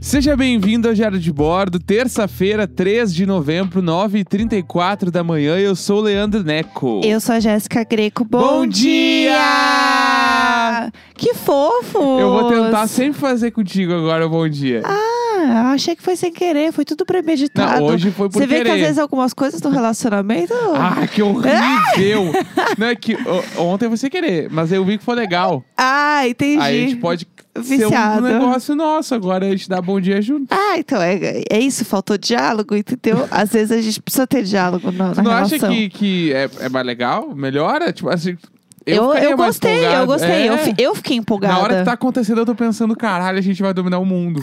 Seja bem-vindo ao Diário de Bordo, terça-feira, 3 de novembro, 9h34 da manhã. Eu sou o Leandro Neco. Eu sou a Jéssica Greco. Bom, Bom dia! Que fofo! Eu vou tentar sempre fazer contigo agora o bom dia. Ah, eu achei que foi sem querer, foi tudo premeditado. Não, hoje foi por Você vê que querer. às vezes algumas coisas do relacionamento. Ah, que horrível! Não é que o- ontem você querer, mas eu vi que foi legal. Ah, entendi. Aí a gente pode Viciado. ser um negócio nosso agora, a gente dá bom dia junto. Ah, então é, é isso, faltou diálogo, entendeu? às vezes a gente precisa ter diálogo na, na Tu não relação. acha que, que é, é mais legal? Melhora? Tipo assim. Eu, eu, ficaria mais gostei, eu empolgado. gostei, eu, É. fi- eu fiquei empolgada. Na hora que tá acontecendo, eu tô pensando, caralho, a gente vai dominar o mundo.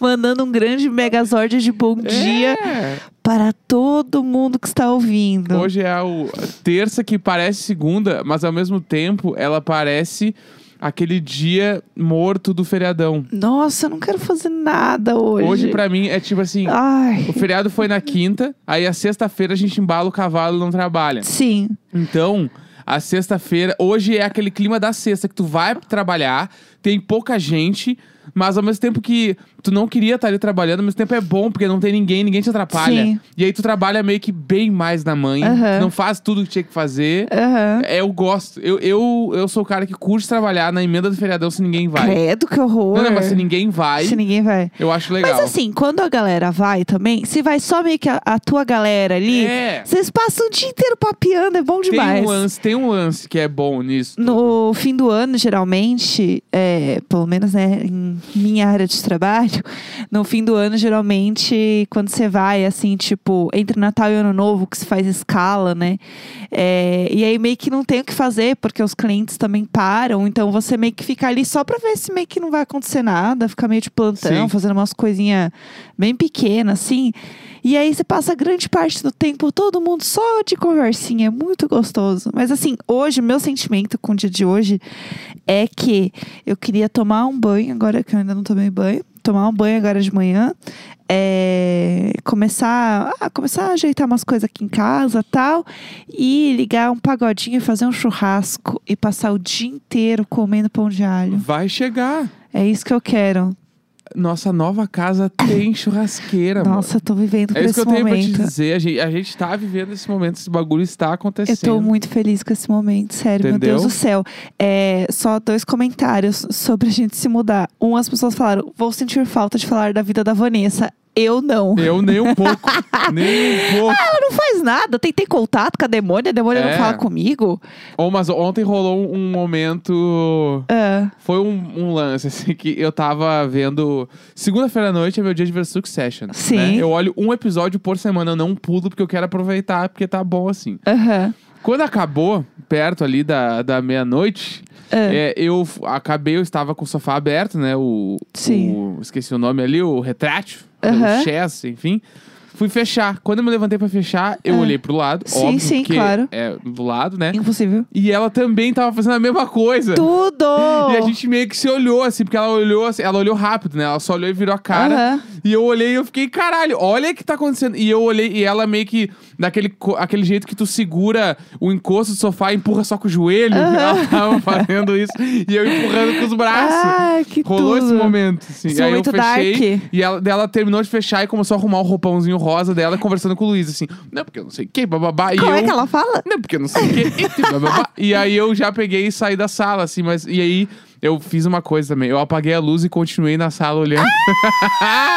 Mandando um grande megazord de bom dia É. para todo mundo que está ouvindo. Hoje é o a terça que parece segunda, mas ao mesmo tempo ela parece aquele dia morto do feriadão. Nossa, eu não quero fazer nada hoje. Hoje, pra mim, é tipo assim: Ai. o feriado foi na quinta, aí a sexta-feira a gente embala o cavalo e não trabalha. Sim. Então, a sexta-feira, hoje é aquele clima da sexta, que tu vai trabalhar, tem pouca gente, mas ao mesmo tempo que tu não queria estar ali trabalhando, ao mesmo tempo é bom, porque não tem ninguém, ninguém te atrapalha. Sim. E aí tu trabalha meio que bem mais na manhã, Aham. tu não faz tudo o que tinha que fazer. Aham. É, eu gosto. Eu, eu, eu sou o cara que curte trabalhar na emenda do feriadão se ninguém vai. Credo, que horror. Não, não, mas se ninguém vai, Se ninguém vai. eu acho legal. Mas assim, quando a galera vai também, se vai só meio que a, a tua galera ali, É. vocês passam o dia inteiro papeando, é bom tem assim, demais. um lance, tem um lance que é bom nisso. No fim do ano, geralmente, é, pelo menos né, em minha área de trabalho, no fim do ano, geralmente, quando você vai, assim, tipo, entre Natal e Ano Novo, que se faz escala, né? É, e aí meio que não tem o que fazer, porque os clientes também param, então você meio que fica ali só pra ver se meio que não vai acontecer nada, fica meio de plantão, Sim. fazendo umas coisinhas bem pequenas, assim. E aí você passa grande parte do tempo, todo mundo só de conversinha, é muito gostoso. Mas assim, hoje, meu sentimento com o dia de hoje é que eu queria tomar um banho, agora que eu ainda não tomei banho, tomar um banho agora de manhã, é, começar, ah, começar a ajeitar umas coisas aqui em casa tal, e ligar um pagodinho, e fazer um churrasco e passar o dia inteiro comendo pão de alho. Vai chegar. É isso que eu quero. Nossa nova casa tem churrasqueira, É, mano. Nossa, eu tô vivendo por É isso esse que eu tenho momento. pra te dizer. A gente, a gente tá vivendo esse momento, esse bagulho está Eu acontecendo. tô muito feliz com esse momento, sério, assim. Entendeu? meu Deus do céu. É, só dois comentários sobre a gente se mudar. Um, as pessoas falaram, vou sentir falta de falar da vida da Vanessa. Eu não. Eu nem um pouco. nem um pouco. Ela não faz nada, tentei contato com a demônia, a demônia É. não fala comigo. Oh, mas ontem rolou um momento. É. Foi um, um lance, assim, que eu tava vendo. Segunda-feira à noite é meu dia de ver Succession. Sim. né? Eu olho um episódio por semana, eu não pulo, porque eu quero aproveitar, porque tá bom assim. Aham. Quando acabou, perto ali da, da meia-noite, É. é, eu f- acabei, eu estava com o sofá aberto, né? O, Sim. o- esqueci o nome ali, o retrátil, Aham. o chess, enfim. Fui fechar. Quando eu me levantei pra fechar, eu Ah. olhei pro lado, Sim, óbvio sim, que claro. é do lado, né? Impossível. E ela também tava fazendo a mesma coisa. Tudo! E a Oh. gente meio que se olhou, assim, porque ela olhou, assim, ela olhou rápido, né? Ela só olhou e virou a cara. Aham. E eu olhei e eu fiquei, caralho, olha o que tá acontecendo. E eu olhei e ela meio que, daquele co- aquele jeito que tu segura o encosto do sofá e empurra só com o joelho. Ela tava fazendo isso. E eu empurrando com os braços. Ai, que Rolou tudo. esse momento, assim. Esse aí momento eu fechei. dark. E ela, daí ela terminou de fechar e começou a arrumar o roupãozinho rosa dela, conversando com o Luiz, assim. Não, porque eu não sei o que, bababá. e Como eu, é que ela fala? não, porque eu não sei o quê. E blá, blá, blá. e aí eu já peguei e saí da sala, assim, mas. E aí eu fiz uma coisa também. Eu apaguei a luz e continuei na sala olhando.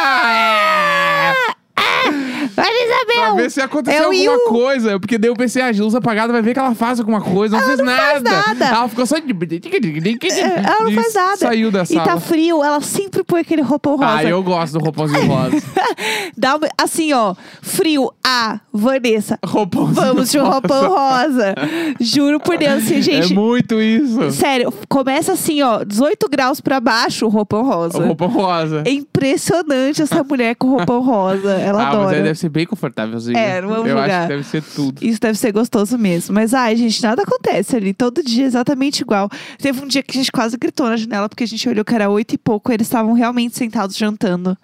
Ah! Vai, pra Isabel! ver se aconteceu eu e alguma É o- coisa. Porque daí eu pensei, ah, a luz apagada vai ver que ela faz alguma coisa. Não fez nada. nada. Ela ficou só. Ela Ela não faz nada. Saiu da E tá sala. frio, ela sempre põe aquele roupão rosa. Ah, eu gosto do roupãozinho rosa. Dá uma- assim, ó. Frio. Ah, Vanessa. Roupãozinho Vamos de um rosa. roupão rosa. Juro por Deus, assim, gente. É muito isso. Sério, começa assim, ó. 18 graus pra baixo o roupão rosa. O roupão rosa. É impressionante essa mulher com roupão rosa. Ela ah, mas adora. aí deve ser bem confortávelzinho. É, não vamos Eu acho julgar. que deve ser tudo. Isso deve ser gostoso mesmo. Mas, ai, gente, nada acontece ali. Todo dia é exatamente igual. Teve um dia que a gente quase gritou na janela porque a gente olhou que era oito e pouco. Eles estavam realmente sentados jantando.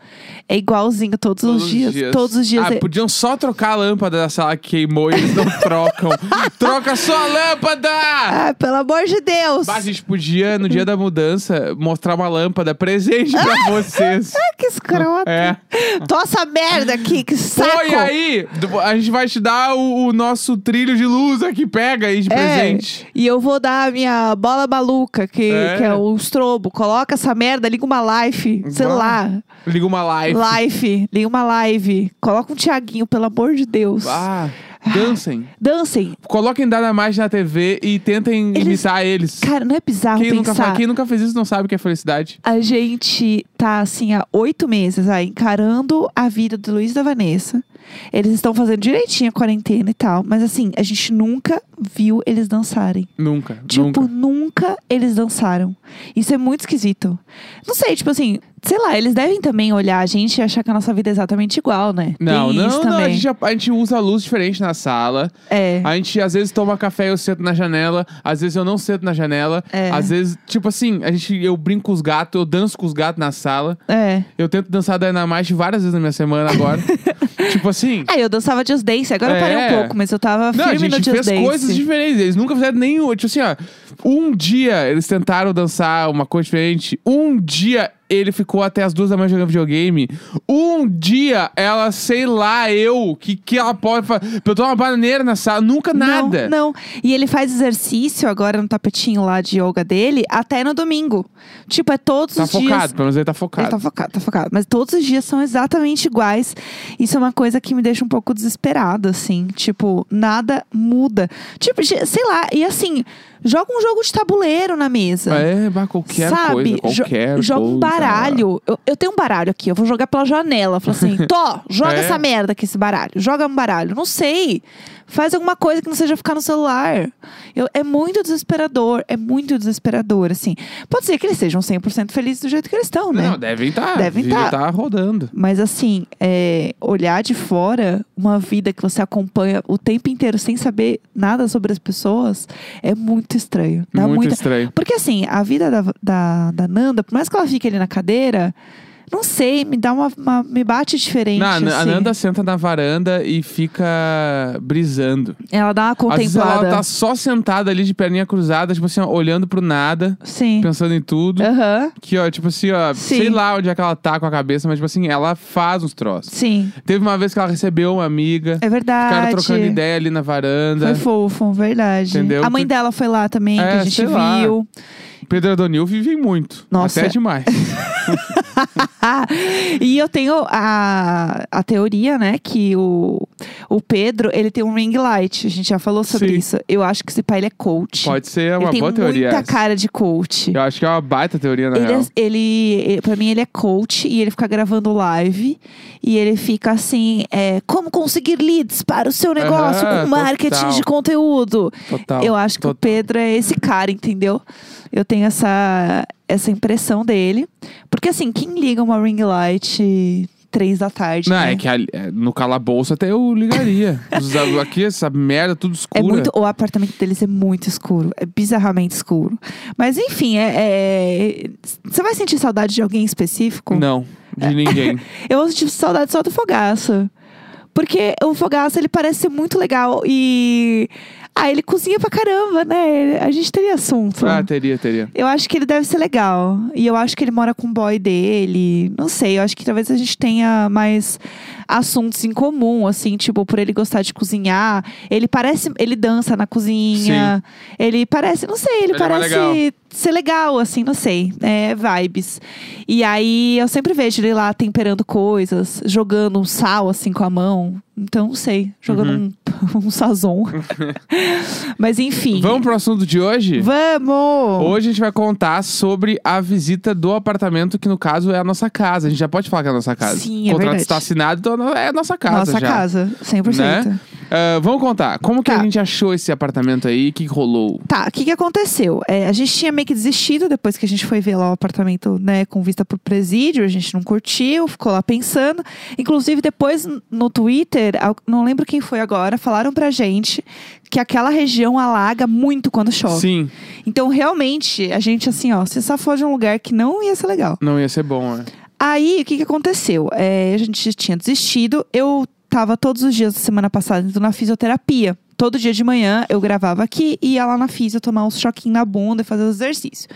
É igualzinho todos, os dias. Todos os dias. Ah, é- podiam só trocar a lâmpada da sala que queimou e eles não trocam. Troca só a lâmpada! Ah, pelo amor de Deus! Mas a gente podia, no dia da mudança, mostrar uma lâmpada presente pra vocês. Ah, que escrota! É. Nossa merda aqui, que saco! Põe aí! Du- A gente vai te dar o, o nosso trilho de luz aqui, pega aí de É, presente. e eu vou dar a minha bola maluca, que É. que é, o estrobo. Coloca essa merda, liga uma life, sei Bah. lá. Liga uma live. Life, liga uma live. Coloca um Tiaguinho, pelo amor de Deus. Ah, dancem. Dancem. Coloquem Dynamite na TV e tentem Eles- imitar eles. Cara, não é bizarro Quem nunca, pensar. fa- quem nunca fez isso não sabe o que é felicidade. A gente tá, assim, há oito meses aí, encarando a vida do Luiz e da Vanessa. Eles estão fazendo direitinho a quarentena e tal. Mas, assim, a gente nunca viu eles dançarem. Nunca. Tipo, nunca. nunca eles dançaram. Isso é muito esquisito. Não sei, tipo assim, sei lá, eles devem também olhar a gente e achar que a nossa vida é exatamente igual, né? Não, Tem não, isso não. A também. gente, a gente usa luz diferente na sala. É. A gente às vezes toma café e eu sento na janela, às vezes eu não sento na janela. É. Às vezes, tipo assim, a gente, eu brinco com os gatos, eu danço com os gatos na sala. É. Eu tento dançar Dynamite várias vezes na minha semana agora. tipo assim. Ah, eu dançava Just Dance, agora eu parei É. um pouco, mas eu tava Não, a firme no gente Just fez Dance. coisas diferentes. Eles nunca fizeram nenhum. Tipo assim, ó. Um dia eles tentaram dançar uma coisa diferente. Um dia ele ficou até as duas da manhã jogando videogame. Um dia ela, sei lá, eu, que, que ela pode fazer. Eu tô uma bananeira na sala. Nunca nada. Não, não. E ele faz exercício agora no tapetinho lá de yoga dele até no domingo. Tipo, é todos Tá os focado, dias. pelo menos ele tá focado. Ele tá focado, tá focado. Mas todos os dias são exatamente iguais. Isso é uma coisa que me deixa um pouco desesperada, assim. Tipo, nada muda. Tipo, ge- sei lá, e assim, joga um jogo de tabuleiro na mesa. É, mas qualquer Sabe? coisa, Jo- qualquer joga coisa. um baralho. Eu, eu tenho um baralho aqui, eu vou jogar pela janela. Fala assim, Tó, joga É. essa merda aqui, esse baralho. Joga um baralho. Não sei. Faz alguma coisa que não seja ficar no celular. Eu- é muito desesperador. É muito desesperador, assim. Pode ser que eles sejam 100% felizes do jeito que eles estão, né? Não, devem estar. Devem estar tá. rodando. Mas assim, é, olhar de fora uma vida que você acompanha o tempo inteiro sem saber nada sobre as pessoas é muito estranho. Dá Muito muita... estranho. Porque assim, a vida da, da, da Nanda, por mais que ela fique ali na cadeira, não sei, me dá uma. uma- me bate diferente. Não, a Nan- a assim. Nanda senta na varanda e fica brisando. Ela dá uma Às vezes ela contemplada. tá só sentada ali de perninha cruzada, tipo assim, ó, olhando pro nada, Sim. pensando em tudo. Aham. Que, ó, tipo assim, ó, Sim. sei lá onde é que ela tá com a cabeça, mas, tipo assim, ela faz uns troços. Sim. Teve uma vez que ela recebeu uma amiga, É verdade. ficaram trocando ideia ali na varanda. Foi fofo, verdade. Entendeu? A mãe dela foi lá também, É, que a gente sei lá. viu. Pedro Adonil vive muito. Nossa. Até demais. Ah, e eu tenho a, a teoria, né, que o, o Pedro, ele tem um ring light. A gente já falou sobre Sim. isso. Eu acho que esse pai, ele é coach. Pode ser uma ele tem boa teoria. muita essa. cara de coach. Eu acho que é uma baita teoria, na Ele, real. é- ele, ele- pra mim, ele é coach e ele fica gravando live. E ele fica assim: é, como conseguir leads para o seu negócio Aham, com marketing total. de conteúdo. Total. Eu acho que o total. Pedro é esse cara, entendeu? Eu tenho essa, essa impressão dele. Porque assim, quem liga uma ring light três da tarde? Não, né? é que ali- é, no calabouço até eu ligaria. Os a- Aqui, essa merda, tudo É escura. muito, o apartamento deles é muito escuro, é bizarramente escuro. Mas enfim, é, é- você vai sentir saudade de alguém específico? Não, de É. ninguém. Eu vou sentir saudade só do Fogaça. Porque o Fogaça, ele parece ser muito legal e... Ah, ele cozinha pra caramba, né? Ele- A gente teria assunto. ah, teria, teria. Eu acho que ele deve ser legal. E eu acho que ele mora com o boy dele. Não sei, eu acho que talvez a gente tenha mais assuntos em comum, assim, tipo, por ele gostar de cozinhar. Ele parece. Ele dança na cozinha. Ele parece. Não sei, ele, Ele é mais parece legal. ser legal, assim, não sei. É vibes. E aí eu sempre vejo ele lá temperando coisas, jogando um sal, assim, com a mão. Então, não sei, jogando Uhum. um, um sazon. Mas enfim. Vamos pro assunto de hoje? Vamos! Hoje a gente vai contar sobre a visita do apartamento, que no caso é a nossa casa. A gente já pode falar que é a nossa casa. Sim, é O contrato verdade. está assinado, então é a nossa casa Nossa já. casa, 100%. Né? Ah, vamos contar. Como que Tá. a gente achou esse apartamento aí? O que rolou? Tá, o que, que aconteceu? É, a gente tinha meio que desistido depois que a gente foi ver lá o apartamento, né, com vista pro presídio, a gente não curtiu, ficou lá pensando. Inclusive, depois n- no Twitter, al- não lembro quem foi agora, falaram pra gente que aquela região alaga muito quando chove. Sim, Então, realmente, a gente, assim, ó, se safou de um lugar que não ia ser legal. não ia ser bom, né? Aí, o que, que aconteceu? É, a gente tinha desistido. Eu tava todos os dias da semana passada indo na fisioterapia. Todo dia de manhã eu gravava aqui e ia lá na fisio tomar uns choquinhos na bunda e fazer os exercícios.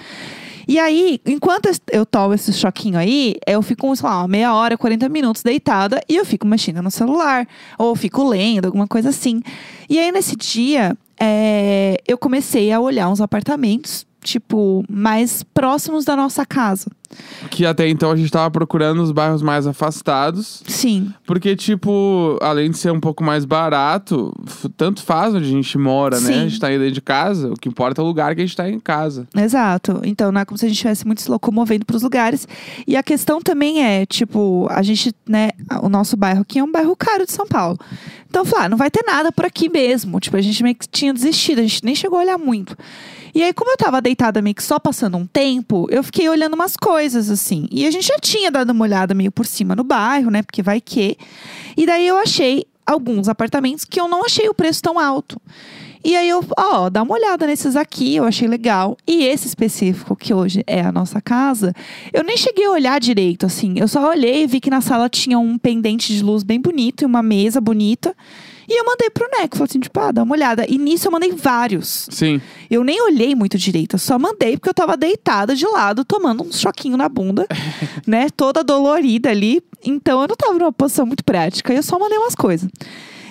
E aí, enquanto eu- eu tomo esse choquinho aí, eu fico, sei lá, uma meia hora, 40 minutos deitada e eu fico mexendo no celular. Ou fico lendo, alguma coisa assim. E aí, nesse dia, é, eu comecei a olhar uns apartamentos, tipo, mais próximos da nossa casa. Que até então a gente tava procurando os bairros mais afastados. Sim. Porque, tipo, além de ser um pouco mais barato, f- tanto faz onde a gente mora, né? Sim. A gente tá aí dentro de casa. O que importa é o lugar que a gente tá em casa. Exato. Então, não é como se a gente estivesse muito se locomovendo para os lugares. E a questão também é, tipo, a gente, né, o nosso bairro aqui é um bairro caro de São Paulo. Então, falar, não vai ter nada por aqui mesmo. Tipo, a gente meio que tinha desistido, a gente nem chegou a olhar muito. E aí, como eu tava deitada meio que só passando um tempo, eu fiquei olhando umas coisas, assim. E a gente já tinha dado uma olhada meio por cima no bairro, né? Porque vai que. E daí eu achei alguns apartamentos que eu não achei o preço tão alto. E aí eu, ó, dá uma olhada nesses aqui, eu achei legal. E esse específico, que hoje é a nossa casa, eu nem cheguei a olhar direito, assim. Eu só olhei e vi que na sala tinha um pendente de luz bem bonito e uma mesa bonita. E eu mandei pro Neco, falei assim, tipo, ah, dá uma olhada. E nisso eu mandei vários. Sim. Eu nem olhei muito direito, eu só mandei porque eu tava deitada de lado, tomando um choquinho na bunda, né? Toda dolorida ali. Então eu não tava numa posição muito prática, eu só mandei umas coisas.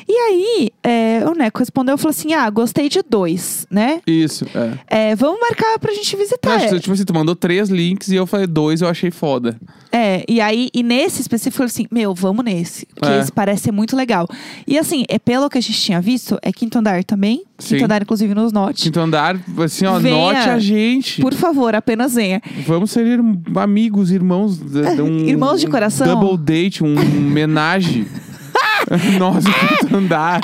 E aí, é, o Neco respondeu e falou assim: ah, gostei de dois, né? Isso, é. É, vamos marcar pra gente Não, visitar. acho que, tipo assim, tu mandou três links e eu falei dois, eu achei foda. É, e aí, e nesse específico, eu falei assim: meu, vamos nesse, que É. esse parece ser muito legal. E assim, é pelo que a gente tinha visto, é quinto andar também. Sim. Quinto andar, inclusive, nos notes. Quinto andar, assim, ó, Venha. note a gente. Por favor, apenas venha. Vamos ser irm- amigos, irmãos. d- d- um- Irmãos de um coração? Double date, um homenagem. Nossa, quinto andar.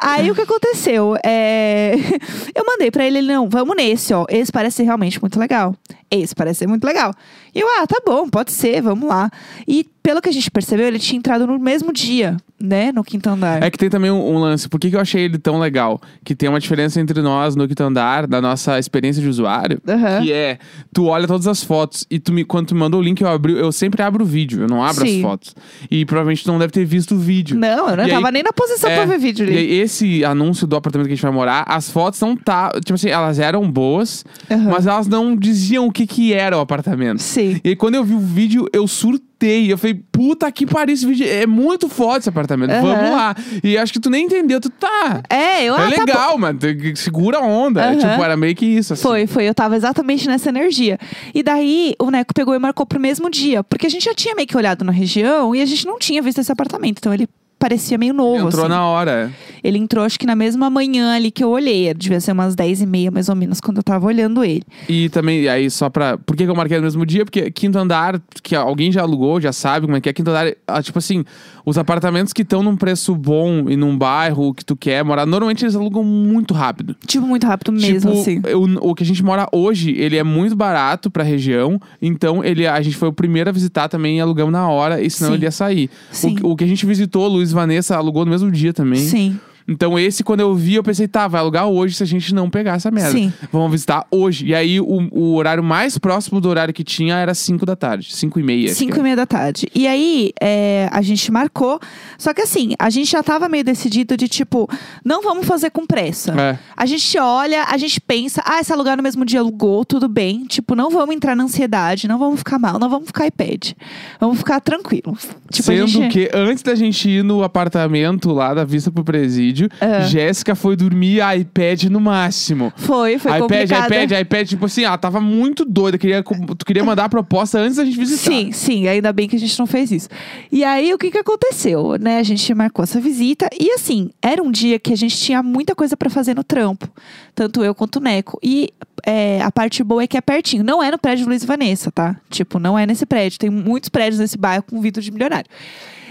Aí o que aconteceu? É... Eu mandei pra ele, ele, não, vamos nesse, ó. Esse parece ser realmente muito legal. Esse parece ser muito legal. E eu, ah, tá bom, pode ser, vamos lá. E pelo que a gente percebeu, ele tinha entrado no mesmo dia, né? No quinto andar. É que tem também um, um lance. Por que, que eu achei ele tão legal? Que tem uma diferença entre nós no quinto andar, da nossa experiência de usuário. Aham. Que é, tu olha todas as fotos e tu me, quando tu me manda o link, eu abri, eu sempre abro o vídeo, eu não abro as Sim. fotos. E provavelmente tu não deve ter visto o vídeo. Não, eu não E aí- tava nem na posição pra É, ver vídeo e ali. aí esse anúncio do apartamento que a gente vai morar, as fotos não tá. Tipo assim, elas eram boas, Aham. mas elas não diziam o que, que era o apartamento. Sim. E aí, quando eu vi o vídeo, eu surtei. Eu falei, puta que pariu, esse vídeo é muito foda esse apartamento. Aham. Vamos lá. E acho que tu nem entendeu, tu tá. É, eu é ah, tá bom. legal, mano. tu- Segura a onda. É, Aham. tipo, era meio que isso. Assim. Foi, foi. Eu tava exatamente nessa energia. E daí o Neco pegou e marcou pro mesmo dia. Porque a gente já tinha meio que olhado na região e a gente não tinha visto esse apartamento. Então ele parecia meio novo. Entrou assim. na hora. Ele entrou, acho que na mesma manhã ali que eu olhei. Devia ser umas 10 e meia, mais ou menos, quando eu tava olhando ele. E também, e aí só pra. Por que que eu marquei no mesmo dia? Porque quinto andar, que alguém já alugou, já sabe como é que é. Quinto andar, ah, tipo assim, os apartamentos que estão num preço bom e num bairro que tu quer morar, normalmente eles alugam muito rápido. Tipo, muito rápido mesmo, tipo, assim. O, o que a gente mora hoje, ele é muito barato pra região. Então, ele, a gente foi o primeiro a visitar também e alugamos na hora, e senão Sim. ele ia sair. Sim. O, o que a gente visitou, Luiz e Vanessa, alugou no mesmo dia também. Sim. Então, esse, quando eu vi, eu pensei, tá, vai alugar hoje se a gente não pegar essa merda. Sim. Vamos visitar hoje. E aí, o, o horário mais próximo do horário que tinha era 5 da tarde, 5 e meia. acho que é. 5 e meia da tarde. E aí, é, a gente marcou. Só que assim, a gente já tava meio decidido de tipo, não vamos fazer com pressa. era. É. A gente olha, a gente pensa, ah, esse alugar no mesmo dia alugou, tudo bem. Tipo, não vamos entrar na ansiedade, não vamos ficar mal, não vamos ficar iPad. Vamos ficar tranquilo. Tipo, a Sendo gente... que antes da gente ir no apartamento lá da vista pro presídio, Ah. Jéssica foi dormir iPad no máximo. Foi, foi iPad, complicado. iPad, iPad, tipo assim, ela tava muito doida, queria, tu queria mandar a proposta antes da gente visitar. Sim, sim, ainda bem que a gente não fez isso. E aí, o que que aconteceu, né? A gente marcou essa visita e, assim, era um dia que a gente tinha muita coisa pra fazer no trampo. Tanto eu quanto o Neco. E é, a parte boa é que é pertinho. Não é no prédio Luiz e Vanessa, tá? Tipo, não é nesse prédio. Tem muitos prédios nesse bairro com vidro de milionário.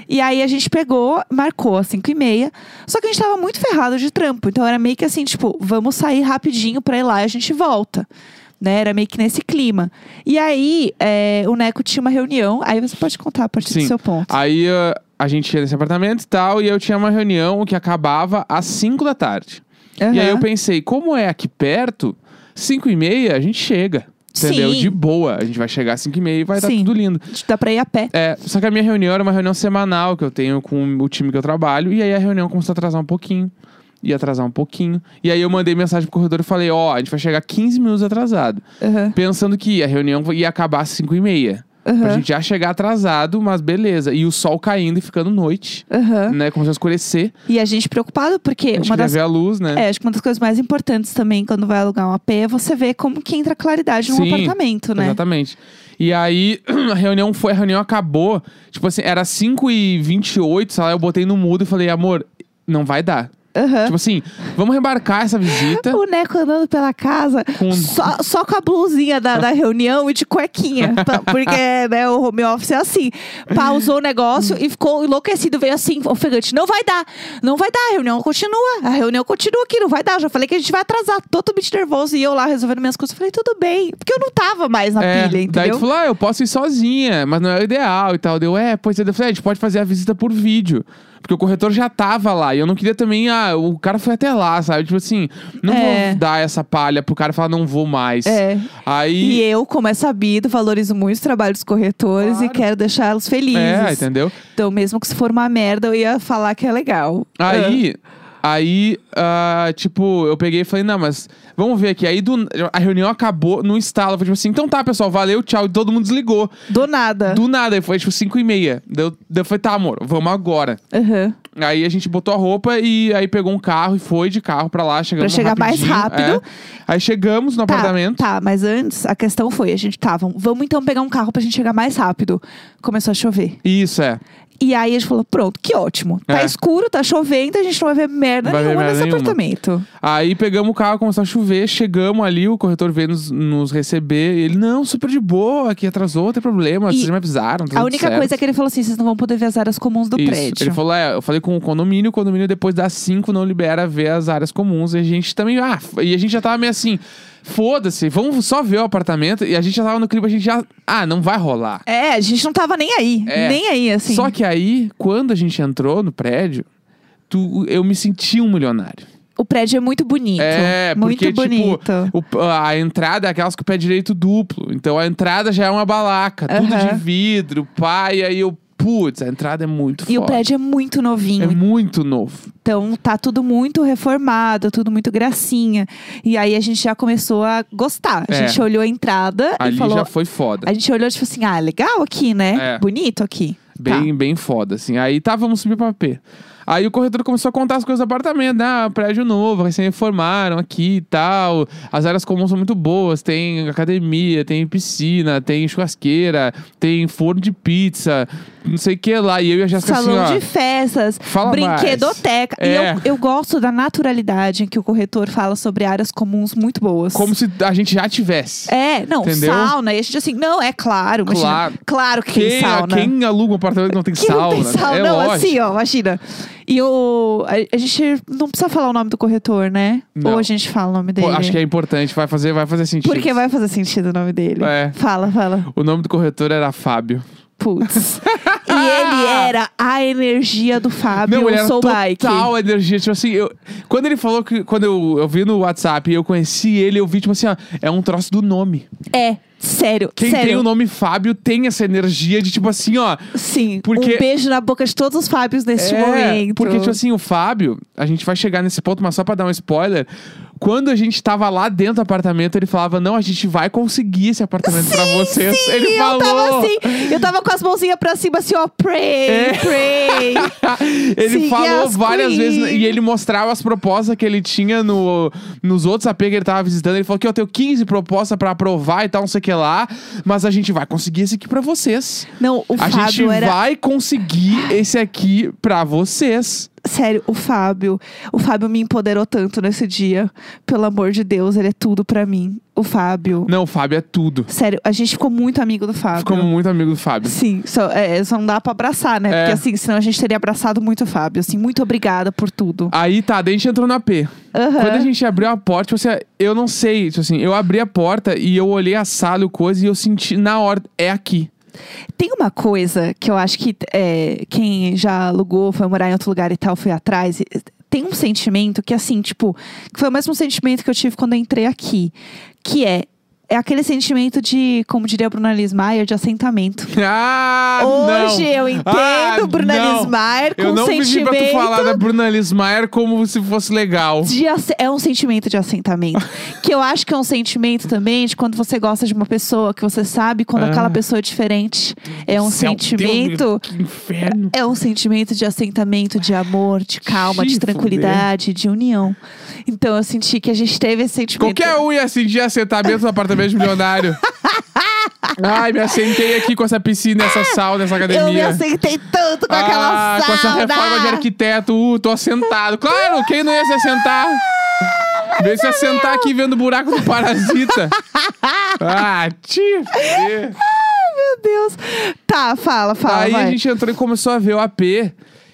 E aí a gente pegou, marcou às 5 e meia. Só que a gente tava muito ferrado de trampo. Então era meio que assim, tipo, vamos sair rapidinho pra ir lá e a gente volta. Né? Era meio que nesse clima. E aí, é, o Neco tinha uma reunião. Aí você pode contar a partir Sim. do seu ponto. Aí eh, a gente ia nesse apartamento e tal, e eu tinha uma reunião que acabava às 5 da tarde. E aí eu Aham. pensei, como é aqui perto, 5 e meia a gente chega. Entendeu? Sim. De boa. A gente vai chegar às 5 e meia e vai estar Sim. tudo lindo. Dá pra ir a pé. É, só que a minha reunião era uma reunião semanal que eu tenho com o time que eu trabalho. E aí a reunião começou a atrasar um pouquinho. Ia atrasar um pouquinho. E aí eu mandei mensagem pro corredor e falei, ó, a gente vai chegar 15 minutos atrasado. Aham. Pensando que a reunião ia acabar às 5 e meia. Pra Aham. gente já chegar atrasado, mas beleza. E o sol caindo e ficando noite, Aham. né? Começou a escurecer. E a gente preocupado porque A gente uma queria das ver a luz, né? É, acho que uma das coisas mais importantes também quando vai alugar um AP é você ver como que entra claridade num Sim, apartamento, né? Exatamente. E aí, a reunião foi, a reunião acabou. Tipo assim, era 5h28, sei lá, eu botei no mudo e falei, amor, não vai dar. Aham. Tipo assim, vamos remarcar essa visita. O Neco andando pela casa Tá. Com- um só, só com a blusinha da, da reunião e de cuequinha. Pra- Porque né, o home office é assim. Pausou o negócio e ficou enlouquecido, veio assim, ofegante. Não vai dar, não vai dar, a reunião continua. A reunião continua aqui, não vai dar. Já falei que a gente vai atrasar. Totalmente nervoso e eu lá resolvendo minhas coisas. Eu Falei, tudo bem. Porque eu não tava mais na É, pilha, entendeu? daí tu falou, ah, eu posso ir sozinha, mas não é o ideal e tal. Deu, é, pois é. Eu falei, "É, a gente pode fazer a visita por vídeo. Porque o corretor já tava lá. E eu não queria também, ah, o cara foi até lá, sabe? Tipo assim, não É. vou dar essa palha pro cara falar, não vou mais. É. Aí. E eu, como é sabido, valorizo muito o trabalho dos corretores e Claro. quero deixá-los É, felizes. entendeu? então, mesmo que se for uma merda, eu ia falar que é legal. É. Aí, aí, ah, tipo, eu peguei e falei, não, mas vamos ver aqui. Aí do- a reunião acabou no instalo. Eu falei, tipo assim, então tá, pessoal, valeu, tchau. E todo mundo desligou. Ah, do nada. Do nada, aí foi tipo 5 e meia. Deu, deu, foi, tá, amor, vamos agora. Aham. Aí a gente botou a roupa e aí pegou um carro e foi de carro pra lá, chegamos Pra chegar mais rapidinho, rápido. é. Aí chegamos no Tá, apartamento. tá, mas antes a questão foi: a gente tava, vamos então pegar um carro pra gente chegar mais rápido. Começou a chover. Isso, é. E aí a gente falou: pronto, que ótimo. Tá É. escuro, tá chovendo, a gente não vai ver merda Não vai ver nenhuma merda nesse nenhuma. apartamento. Aí pegamos o carro, começou a chover, chegamos ali, o corretor veio nos, nos receber. e ele, não, super de boa, aqui atrasou, não tem problema, E vocês me avisaram. tá a tudo única certo. coisa é que ele falou assim: vocês não vão poder ver as áreas comuns do Isso. prédio. Ele falou, é, eu falei com o condomínio, o condomínio depois das 5 não libera ver as áreas comuns. E a gente também, ah, f- e a gente já tava meio assim, foda-se, vamos só ver o apartamento. E a gente já tava no clipe, a gente já, ah, não vai rolar. É, a gente não tava nem aí. É. Nem aí, assim. Só que aí, quando a gente entrou no prédio, tu, eu me senti um milionário. O prédio é muito bonito. É, muito porque, bonito. tipo, o- a entrada é aquelas com o pé direito duplo. Então a entrada já é uma balaca, tudo Aham. de vidro, pá, e aí eu, putz, a entrada é muito e foda. o prédio é muito novinho. é muito novo. Então tá tudo muito reformado, tudo muito gracinha. E aí a gente já começou a gostar. A É. gente olhou a entrada Ali e falou. já foi foda. A gente olhou tipo assim, ah, legal aqui, né? É. Bonito aqui. Tá. Bem, bem foda, assim. Aí tá, vamos subir pra AP. Aí o corretor começou a contar as coisas do apartamento. Ah, prédio novo, recém-reformaram aqui e tal. As áreas comuns são muito boas. Tem academia, tem piscina, tem churrasqueira, tem forno de pizza, não sei o que lá. E eu e a Tá. Jéssica assim, Salão ó, de festas, Fala mais. brinquedoteca. É. E eu, eu gosto da naturalidade em que o corretor fala sobre áreas comuns muito boas. Como se a gente já tivesse. É, não, Entendeu? sauna. E a gente assim, não, é claro. imagina. Claro. claro que quem, tem sauna. quem aluga um apartamento que não tem Que sauna? não tem sauna, é não, lógico. assim, ó, imagina. E o. A, a gente não precisa falar o nome do corretor, né? Não. Ou a gente fala o nome dele. Pô, acho que é importante, vai fazer, vai fazer sentido. Porque vai fazer sentido o nome dele. É. Fala, fala. O nome do corretor era Fábio. Putz. e ele era a energia do Fábio Não, ele era Soul total energia. Tipo assim, eu, quando ele falou que. Quando eu, eu vi no WhatsApp e eu conheci ele, eu vi, tipo assim, ó, é um troço do nome. É, sério. Quem sério. tem o nome Fábio tem essa energia de, tipo assim, ó. Sim. Porque- Um beijo na boca de todos os Fábios neste é, momento. Porque, tipo assim, o Fábio, a gente vai chegar nesse ponto, mas só pra dar um spoiler. Quando a gente tava lá dentro do apartamento, ele falava: Não, a gente vai conseguir esse apartamento pra vocês. Sim, ele eu falou. tava assim, eu tava com as mãozinhas pra cima, assim, ó, pray, É. pray. ele Seguir falou as várias queens. vezes né, e ele mostrava as propostas que ele tinha no, nos outros AP que ele tava visitando. Ele falou que eu tenho 15 propostas pra aprovar e tal, não sei o que lá, mas a gente vai conseguir esse aqui pra vocês. Não, o a Fábio gente era vai conseguir esse aqui pra vocês. Sério, o Fábio. O Fábio me empoderou tanto nesse dia. Pelo amor de Deus, ele é tudo pra mim. O Fábio. Não, o Fábio é tudo. Sério, a gente ficou muito amigo do Fábio. Ficamos muito amigo do Fábio. Sim, só, é, só não dá pra abraçar, né? É. Porque assim, senão a gente teria abraçado muito o Fábio. Assim, muito obrigada por tudo. Aí tá, daí a gente entrou na P. Aham. Quando a gente abriu a porta, tipo assim, eu não sei, tipo assim, eu abri a porta e eu olhei a sala e o coisa e eu senti na hora, é aqui. Tem uma coisa que eu acho que é, quem já alugou, foi morar em outro lugar e tal, foi atrás. e- Tem um sentimento que, assim, tipo, que foi o mesmo sentimento que eu tive quando eu entrei aqui. Que é, é aquele sentimento de, como diria a Bruna Lismayer, de assentamento. Ah, Hoje não. eu entendo Ah, Bruna não. Lismayer com um Eu não vivi pra tu sentimento falar da Bruna Lismayer como se fosse legal. de ass- é um sentimento de assentamento. que eu acho que é um sentimento também de quando você gosta de uma pessoa, que você sabe quando Ah. aquela pessoa é diferente. É um Céu, sentimento. Deus, que inferno. É um sentimento de assentamento, de amor, de calma, Xiii, de tranquilidade, de união. Então eu senti que a gente teve esse sentimento. Qualquer um ia sentir assentamento no apartamento de milionário. Ai, me assentei aqui com essa piscina, essa sauna, essa academia. eu me assentei tanto com aquela ah, com essa sauna. reforma de arquiteto, uh, tô assentado. Claro, quem não ia se assentar? Vem se assentar aqui vendo o buraco do parasita. ah, tio. Meu Deus. Tá, fala, fala. Aí a vai. gente entrou e começou a ver o AP.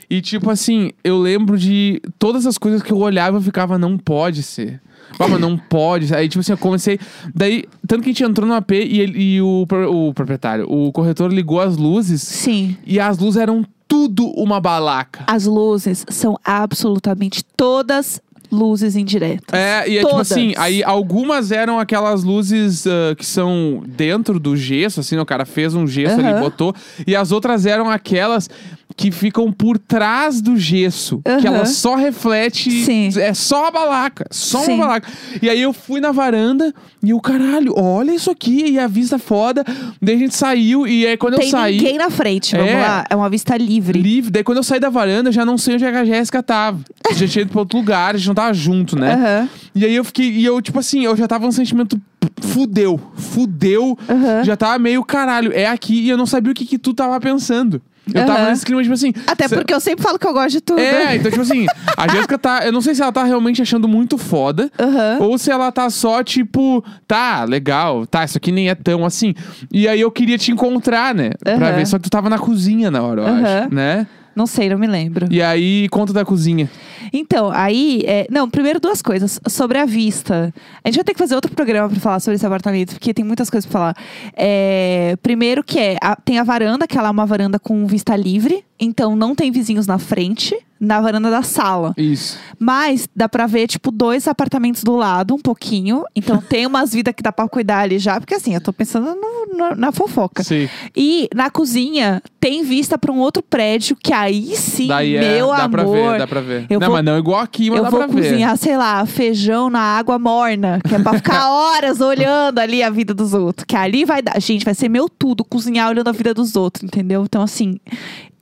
E, tipo assim, eu lembro de todas as coisas que eu olhava e eu ficava, não pode ser. Pá, mas não pode. ser. Aí, tipo assim, eu comecei. Daí, tanto que a gente entrou no AP e, ele- e o, pro- o proprietário, o corretor ligou as luzes. Sim. E as luzes eram tudo uma balaca. As luzes são absolutamente todas luzes indiretas. É, e é Todas. tipo assim, aí algumas eram aquelas luzes ah, que são dentro do gesso, assim, né? O cara fez um gesso ali e Aham. botou. E as outras eram aquelas que ficam por trás do gesso. Que Aham. ela só reflete. Sim. É só a balaca. Só Sim. uma balaca. E aí eu fui na varanda e eu, caralho, olha isso aqui. E a vista foda. Daí a gente saiu. E aí quando eu Tem saí. ninguém na frente, vamos É. lá. É uma vista livre. Livre. Daí quando eu saí da varanda, eu já não sei onde é a Jéssica tava. Já tinha ido pra outro lugar, a gente não tava junto, né? Aham. E aí eu fiquei, e eu, tipo assim, eu já tava num sentimento fudeu, fudeu, Aham. já tava meio caralho, é aqui, e eu não sabia o que que tu tava pensando. Eu tava Aham. nesse clima, tipo assim. Até cê- porque eu sempre falo que eu gosto de tudo. É, então, tipo assim, a Jéssica tá. Eu não sei se ela tá realmente achando muito foda. Aham. Ou se ela tá só, tipo, tá, legal, tá, isso aqui nem é tão assim. E aí eu queria te encontrar, né? Pra Aham. ver. Só que tu tava na cozinha na hora, eu Aham. acho, né? Não sei, não me lembro. E aí, conta da cozinha. Então, aí. é, Não, primeiro duas coisas. Sobre a vista. A gente vai ter que fazer outro programa pra falar sobre esse apartamento, porque tem muitas coisas pra falar. É, Primeiro que é. a- Tem a varanda, que ela é uma varanda com vista livre. Então não tem vizinhos na frente, na varanda da sala. Isso. Mas dá pra ver, tipo, dois apartamentos do lado, um pouquinho. Então tem umas vidas que dá pra cuidar ali já, porque assim, eu tô pensando no- na- na fofoca. Sim. E na cozinha tem vista pra um outro prédio, que aí sim, Daí é, meu dá amor. pra ver, dá pra ver. eu não, vou- mas não é igual aqui, mas Eu dá vou pra ver. cozinhar, sei lá, feijão na água morna, que é pra ficar horas olhando ali a vida dos outros. Que ali vai dar. Gente, vai ser meu tudo cozinhar olhando a vida dos outros, entendeu? Então, assim,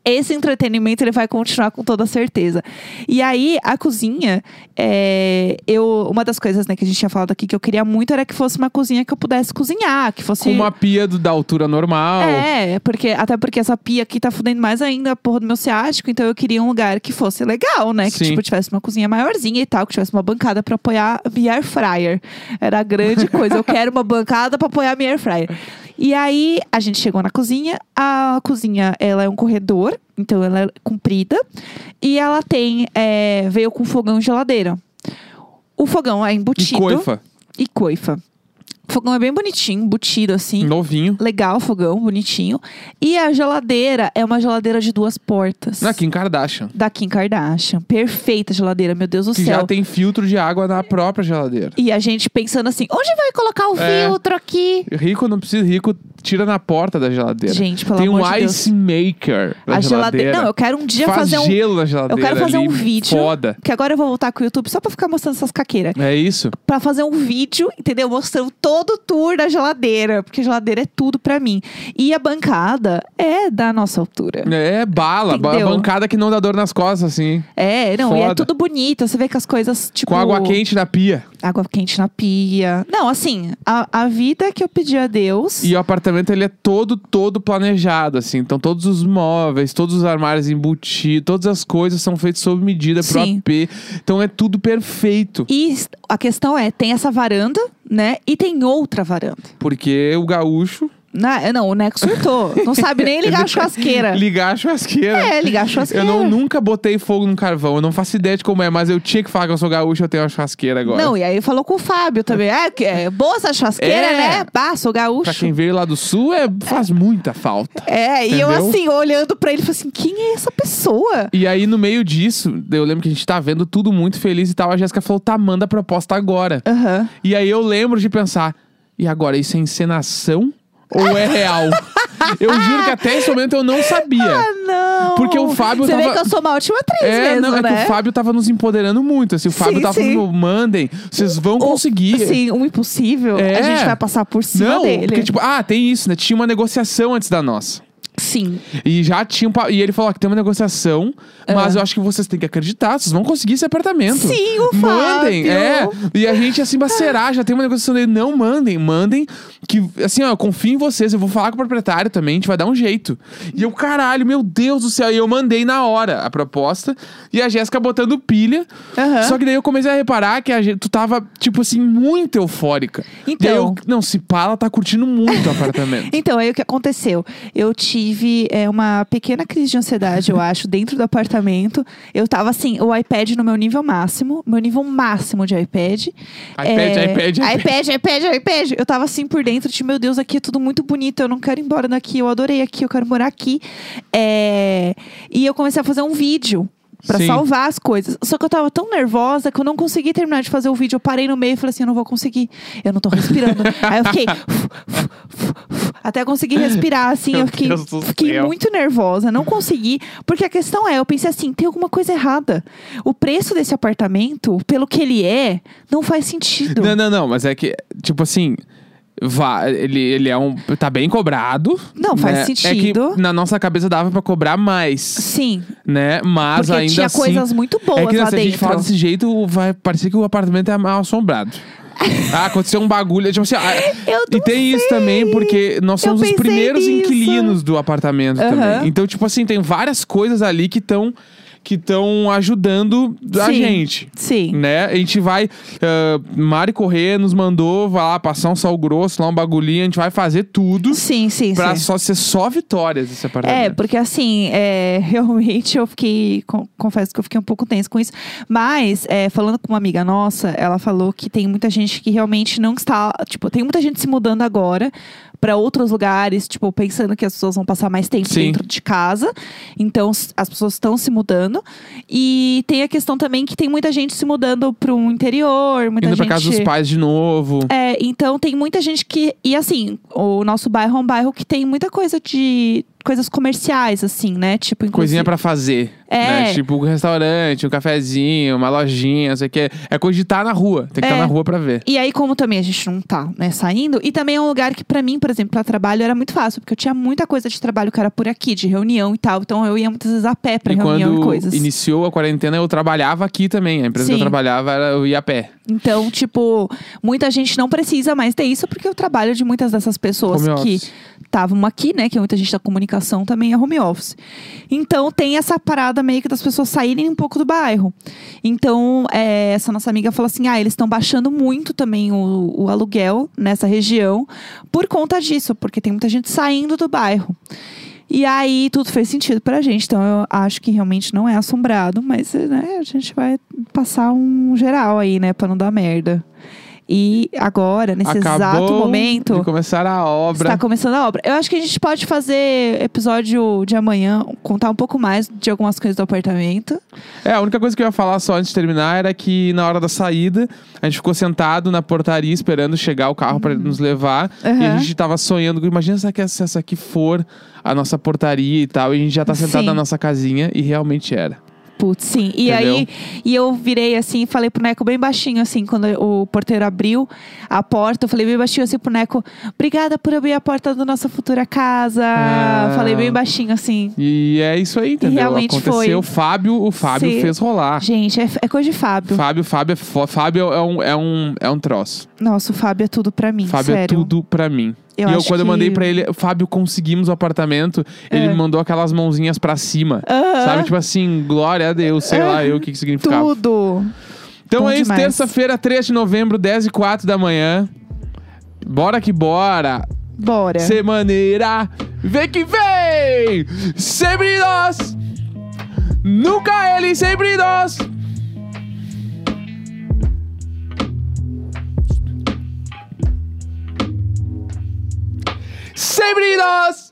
esse entretenimento ele vai continuar com toda certeza. E aí, a cozinha, é, eu, uma das coisas né, que a gente tinha falado aqui que eu queria muito era que fosse uma cozinha que eu pudesse cozinhar, que fosse. Com uma pia do- da altura normal. assim. É, porque, até porque essa pia aqui tá fudendo mais ainda a porra do meu ciático, então eu queria um lugar que fosse legal, né? Que, Sim. tipo, tivesse uma cozinha maiorzinha e tal, que tivesse uma bancada pra apoiar a minha air fryer. Era a grande coisa. Eu quero uma bancada pra apoiar a minha air fryer. E aí, a gente chegou na cozinha. A cozinha, ela é um corredor, então ela é comprida. E ela tem, é, veio com fogão e geladeira. O fogão é E embutido. coifa. E coifa. O fogão é bem bonitinho, embutido assim. Novinho. Legal, fogão, bonitinho. E a geladeira é uma geladeira de duas portas. Na Kim Kardashian. Da Kim Kardashian. Perfeita geladeira, meu Deus do Que céu. já tem filtro de água na própria geladeira. E a gente pensando assim, onde vai colocar o É. filtro aqui? Rico não precisa, rico tira na porta da geladeira. Gente, pelo tem um amor de Deus. ice maker na a geladeira. Não, eu quero um dia Faz fazer um. gelo na geladeira. Eu quero fazer ali, um vídeo. Foda. Que agora eu vou voltar com o YouTube só pra ficar mostrando essas caqueiras. É isso? Pra fazer um vídeo, entendeu? Mostrando todo o tour da geladeira. Porque geladeira é tudo pra mim. E a bancada é da nossa altura. É bala, ba- Entendeu? bancada que não dá dor nas costas, assim. É, não, e é Foda. tudo bonito. Você vê que as coisas, tipo. Com água quente na pia. água quente na pia. Não, assim, a, a vida que eu pedi a Deus. E o apartamento ele é todo, todo planejado, assim. Então todos os móveis, todos os armários embutidos, todas as coisas são feitas sob medida pro Sim. AP. Então é tudo perfeito. E s- a questão é, tem essa varanda, né? E tem outra varanda. Porque o gaúcho Na- não, o Neco surtou. não sabe nem ligar a churrasqueira. ligar a churrasqueira. É, ligar a Eu churrasqueira. não, nunca botei fogo no carvão, eu não faço ideia de como é, mas eu tinha que falar que eu sou gaúcho, eu tenho uma churrasqueira agora. Não, e aí falou com o Fábio também. É, que é boa essa churrasqueira, É. né? Bah, sou Pra gaúcho. quem veio lá do sul, é, faz muita falta. É, e eu Entendeu? assim, olhando pra ele, falei assim, quem é essa pessoa? E aí, no meio disso, eu lembro que a gente tá vendo tudo muito feliz e tal. A Jéssica falou: tá, manda a proposta agora. Aham. E aí eu lembro de pensar: e agora, isso é encenação ou é real? eu juro que até esse momento eu não sabia. Ah, não. Porque o Fábio Você vê tava- que eu sou uma ótima atriz É, mesmo, não, é né? que o Fábio tava nos empoderando muito. Assim, o Fábio Sim, tava sim. falando: mandem, vocês vão conseguir. Sim, um impossível. É. A gente vai passar por cima Não, dele. porque, tipo, ah, tem isso, né? Tinha uma negociação antes da nossa. Sim. E já tinha um. pa- E ele falou ó, que tem uma negociação, mas eu acho que vocês têm que acreditar, vocês vão conseguir esse apartamento. Ah. Sim, o Mandem, Fábio. É. é. E a gente assim, mas será? Já tem uma negociação dele. Não mandem, mandem. Que assim, ó, eu confio em vocês, eu vou falar com o proprietário também, a gente vai dar um jeito. E eu, caralho, meu Deus do céu. E eu mandei na hora a proposta. E a Jéssica botando pilha. Aham. Só que daí eu comecei a reparar que a gente, tu tava, tipo assim, muito eufórica. E aí eu, Então. não, se pá, ela tá curtindo muito o apartamento. Então, aí o que aconteceu? Eu tive é, uma pequena crise de ansiedade, eu acho, dentro do apartamento. Eu tava assim, o iPad no meu nível máximo, meu nível máximo de iPad. iPad, É, iPad, iPad. iPad, iPad, iPad. Eu tava assim por dentro, tipo, meu Deus, aqui é tudo muito bonito, eu não quero ir embora daqui, eu adorei aqui, eu quero morar aqui. É, E eu comecei a fazer um vídeo. Pra Sim. salvar as coisas. Só que eu tava tão nervosa que eu não consegui terminar de fazer o vídeo. Eu parei no meio e falei assim: eu não vou conseguir. Eu não tô respirando. Aí eu fiquei. Até eu conseguir respirar, assim, Meu eu fiquei, Deus do fiquei céu. muito nervosa, não consegui. Porque a questão é, eu pensei assim, tem alguma coisa errada. O preço desse apartamento, pelo que ele é, não faz sentido. Não, não, não, mas é que, tipo assim, vá, ele, ele é um. tá bem cobrado. Não, faz né? É sentido. que na nossa cabeça dava pra cobrar mais, Sim, né? Mas porque ainda tinha assim. coisas muito é boas que né, lá se a gente dentro. fala desse jeito, vai parecer que o apartamento é mal assombrado. ah, aconteceu um bagulho. é Tipo assim, ah, Eu e não tem isso sei. também, porque nós Eu somos os pensei primeiros nisso. inquilinos do apartamento Aham. também. Então, tipo assim, tem várias coisas ali que estão que estão ajudando a Sim. gente Sim. né? A gente vai. ah, Mari Corrêa nos mandou, vai lá passar um sal grosso, lá um bagulhinho, a gente vai fazer tudo Sim, sim, pra sim. só ser só vitórias esse É, apartamento. porque assim, é, realmente eu fiquei. con- confesso que eu fiquei um pouco tenso com isso. Mas, é, falando com uma amiga nossa, ela falou que tem muita gente que realmente não está. Tipo, tem muita gente se mudando agora pra outros lugares, tipo, pensando que as pessoas vão passar mais tempo Sim. dentro de casa. Então, s- as pessoas estão se mudando. E tem a questão também que tem muita gente se mudando pro interior, muita Indo gente. pra casa dos pais de novo. É, então tem muita gente que. E assim, o nosso bairro é um bairro que tem muita coisa de. coisas comerciais, assim, né? Tipo, Coisinha inclusive. pra fazer. É. né? Tipo um restaurante, um cafezinho, uma lojinha, não sei o que. É coisa de estar na rua. Tem que estar É. na rua pra ver. E aí, como também a gente não tá, né, saindo, e também é um lugar que, pra mim, por exemplo, pra trabalho era muito fácil, porque eu tinha muita coisa de trabalho que era por aqui, de reunião e tal. Então eu ia muitas vezes a pé pra e reunião quando e coisas. iniciou a quarentena, eu trabalhava aqui também. A empresa que eu Sim. trabalhava, era, eu ia a pé. Então, tipo, muita gente não precisa mais ter isso, porque o trabalho é de muitas dessas pessoas Home que office. estavam aqui, né? Que muita gente da comunicação também é home office. Então, tem essa parada meio que das pessoas saírem um pouco do bairro. Então, é, essa nossa amiga falou assim: ah, eles estão baixando muito também o, o aluguel nessa região por conta disso, porque tem muita gente saindo do bairro. E aí, tudo fez sentido pra gente. Então, eu acho que realmente não é assombrado, mas né, a gente vai passar um geral aí, né, pra não dar merda. E agora, nesse Acabou exato momento. de começar a obra. Está começando a obra. Eu acho que a gente pode fazer episódio de amanhã, contar um pouco mais de algumas coisas do apartamento. É, a única coisa que eu ia falar só antes de terminar era que na hora da saída, a gente ficou sentado na portaria esperando chegar o carro pra nos levar. E a Aham. gente tava sonhando, imagina se essa- se essa aqui for a nossa portaria e tal. E a gente já tá sentado Sim. na nossa casinha e realmente era. Putz, sim. E Entendeu? aí, e eu virei assim, e falei pro Neco bem baixinho, assim, quando o porteiro abriu a porta, eu falei bem baixinho assim pro Neco, obrigada por abrir a porta da nossa futura casa. Ah. Falei bem baixinho assim. E é isso aí, entendeu? realmente foi. Aconteceu. O Fábio, o Fábio Sim. fez rolar. Gente, é, é coisa de Fábio. Fábio, Fábio, é fo- Fábio é um, é um, é um troço. Nossa, o Fábio é tudo pra mim, Fábio sério. é tudo pra mim. Eu e eu, acho quando eu que- Ah. mandei pra ele, Fábio, conseguimos o apartamento, ele me mandou aquelas mãozinhas pra cima. Aham. Sabe? Tipo assim, glória a Deus, sei lá eu o que, que significava. Tudo. Então Bom é isso, demais. terça-feira, 3 de novembro, 10 e 4 da manhã. Bora que bora! Bora. Semaneira, vem que vem! Sempre nós! Nunca ele, sempre nós! Sempre nós!